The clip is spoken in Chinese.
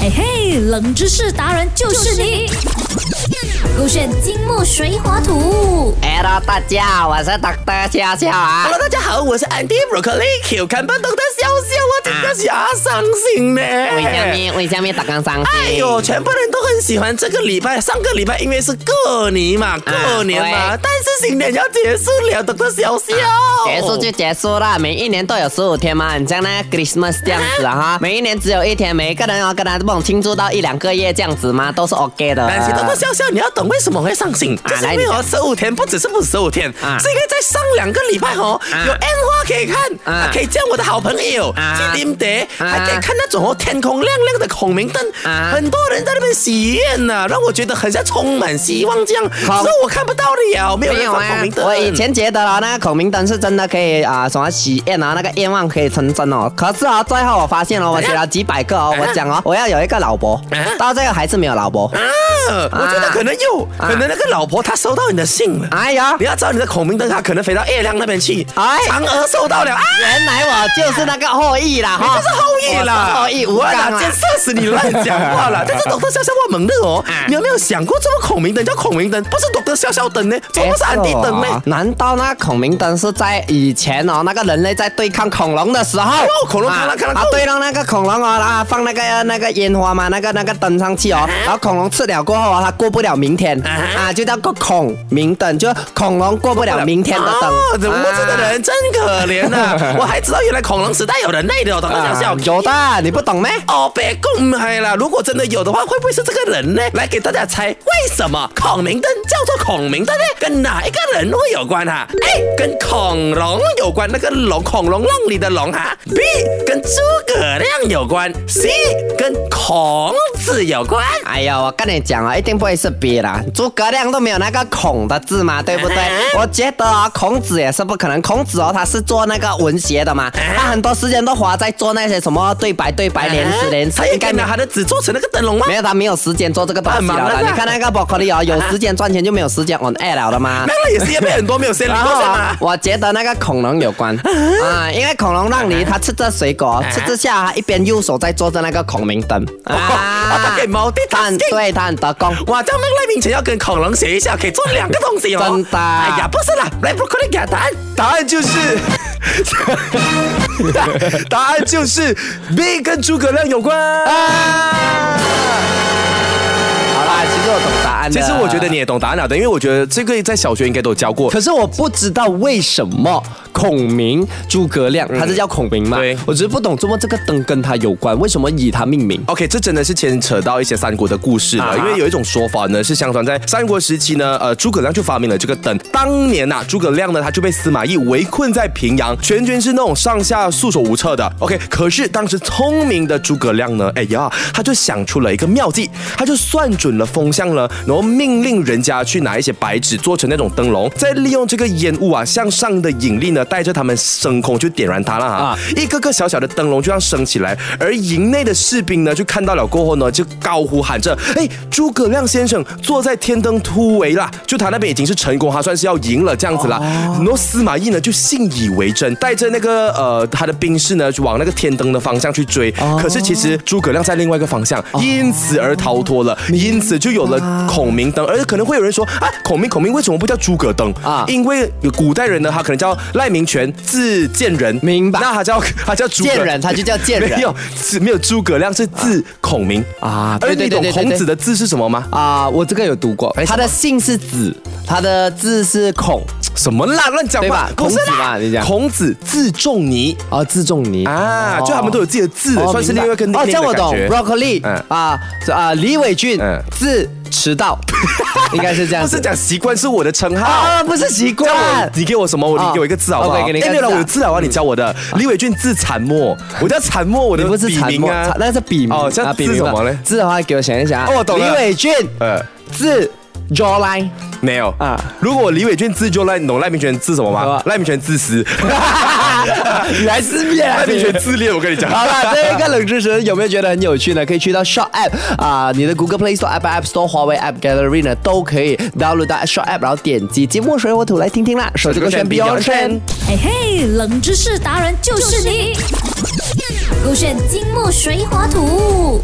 嘿哎嘿，冷知识达人就是你。勾选金木水火土。 Hello，大家好，我是 Dr. 笑笑啊 Hello，。大家好，我是 Andy Broccoli Q，看不懂的笑笑，我真的是啊伤心呢。为什么？为什么打刚上去？哎呦，全部人都很喜欢这个礼拜，上个礼拜因为是过年啊嘛，过年嘛，对但是新年要结束了，等个小笑、啊结束就结束啦，每一年都有十五天嘛，很像那个 Christmas 这样子啊哎哈，每一年只有一天，每一个人要跟他不懂庆祝到一两个月这样子嘛，都是 OK 的。但是等个笑笑，你要懂为什么会伤心，啊就是因为我十五天不只是不十五天，啊是因为在上两个礼拜哦，啊有 N 花可以看，啊啊、可以见我的好朋友、啊去林德，啊还可以看那种哦天空亮亮的孔明灯，啊很多人在那边喜宴呐、让我觉得很像充满希望这样，只孔是我看不到了，没有没人有放啊孔明，灯。我以前觉得哦，那个孔明灯是真的可以啊、什么许愿啊，那个愿望可以成真哦。可是哦，最后我发现哦，我写了几百个哦，我哎讲哦，我要有一个老婆，到最后还是没有老婆。啊，我觉得可能有，啊可能那个老婆她收到你的信了。哎呀你，要找你的孔明灯，她可能飞到月亮那边去。哎嫦娥收到了啊！原来我就是那个后 羿啦哈，这是后羿啦，啊啊我是后羿无啊哇刚啦啦真。射死你乱讲话 了。但是懂得潇潇我猛的哦啊，你有没有想过，这个孔明灯叫孔明灯，不是懂得潇潇灯呢？怎么不是安迪灯哎呢？难道那孔明灯是在以前哦，那个人类在对抗恐龙的时候？哎呦恐龙看了看了啊，对了，那个恐龙哦，啊，放那个那个烟花嘛，那个那个灯上去哎哦，然后恐龙吃了过后啊，它过不了明天啊，就叫个孔明灯，就恐龙过不了明天的灯。哦，怎么啊这个人真可怜呐！ 我还知道原来恐龙时代有人类的哦，懂得啊潇潇。有的，你不懂咩？哦，别共嗨了！如果真的有的话，会不会是这个人呢？来给大家猜，为什么孔明灯叫做孔明灯呢？跟哪一个人会有关啊？A 跟恐龙有关，那个龙恐龙浪里的龙哈。B 跟诸葛亮有关，C 跟孔子有关。哎呦，我跟你讲啊，一定不会是 B 啦，诸葛亮都没有那个孔的字嘛，对不对？嗯我觉得啊，孔子也是不可能，孔子哦，他是做那个文学的嘛，他很多时间都花在做那些什么对白对白、连词 连词哎他，也应该该没拿他的纸做成那个灯笼吗？没有他没有时间做这个东西他很了忙啦。的你看那个 broccoli 哦，有时间赚钱就没有时间 on air 了的 嘛。那个也是也被很多没有谁理然过后是啊吗，？我觉得那个恐龙有关啊，因为恐龙让你它吃着水果，吃着下，它一边右手在做着那个孔明灯 啊，他啊给，毛地他很毯。对，他很得功。哇，这样那个赖明晨要跟恐龙学一下，可以做两个东西哦。真的哎呀，不是啦，来 b r o c 给他答案，答案就是， 答案就是 B 跟诸葛亮有关。哎好啦，其实我懂答案的其实我觉得你也懂答案了的，因为我觉得这个在小学应该都有教过。可是我不知道为什么孔明、诸葛亮，他是叫孔明嘛？对我只是不懂，怎么这个灯跟他有关？为什么以他命名？ OK，这真的是牵扯到一些三国的故事了，啊哈因为有一种说法呢，是相传在三国时期呢，呃，诸葛亮就发明了这个灯。当年呐、诸葛亮呢，他就被司马懿围困在平阳，全军是那种上下束手无策的。OK，可是当时聪明的诸葛亮呢，哎呀，他就想出了一个妙计，他就算准了风向呢，然后命令人家去拿一些白纸做成那种灯笼，再利用这个烟雾啊向上的引力呢，带着他们升空去点燃它了哈。啊一个个小小的灯笼就这样升起来，而营内的士兵呢，就看到了过后呢，就高呼喊着：“哎，诸葛亮先生坐在天灯突围啦！”就他那边已经是成功，他算是要赢了这样子啦。然后司马懿呢就信以为真，带着那个呃他的兵士呢，就往那个天灯的方向去追。可是其实诸葛亮在另外一个方向，因此而逃脱了，因此就有了孔明灯。而可能会有人说啊，孔明孔明为什么不叫诸葛灯啊啊？因为古代人呢，他可能叫赖明权，字建仁，明白那他叫他叫诸葛贱 人，他就叫贱人。没有是没有诸葛亮是字孔明啊而对对你对懂对对孔子的字是什么吗？啊，我这个有读过，他的姓是子，他的字是孔，什么啦，乱讲对话吧？，不孔是子啦，嘛，你讲孔子字仲尼啊，字仲尼啊，哦就他们都有自己的字，哦算是明白另外一个 nickname 哦，这样我的懂感觉，broccoli 嗯啊是啊，李伟俊嗯字迟 到，应该是这样不子，是讲习惯，是我的称号。啊，不是习这样惯我，你给我什么？我哦你给我一个字好不好？ OK，给你一个哎没有啦字啊我有字了，我要你教我的。李伟俊字残墨，我叫残墨，我的你不是笔惨名墨，啊惨。那是笔名哦这啊笔名字什么吧嘞字的话，给我想一想啊，哦我懂了李伟俊呃，字 jawline，没有啊啊。如果李伟俊字就赖，你懂赖明权字什么什吗么？赖明权自 私，你还是面啊赖明你权自恋，我跟你 讲。好了，这个冷知识有没有觉得很有趣呢？可以去到 Shop App 啊、你的 Google Play Store、Apple App Store、华为 App Gallery 呢，都可以 download 到 Shop App，然后点击金木水火土来听听啦。手机勾选 Beyond Trend。嘿哎嘿，冷知识达人就是你。勾选金木水火土。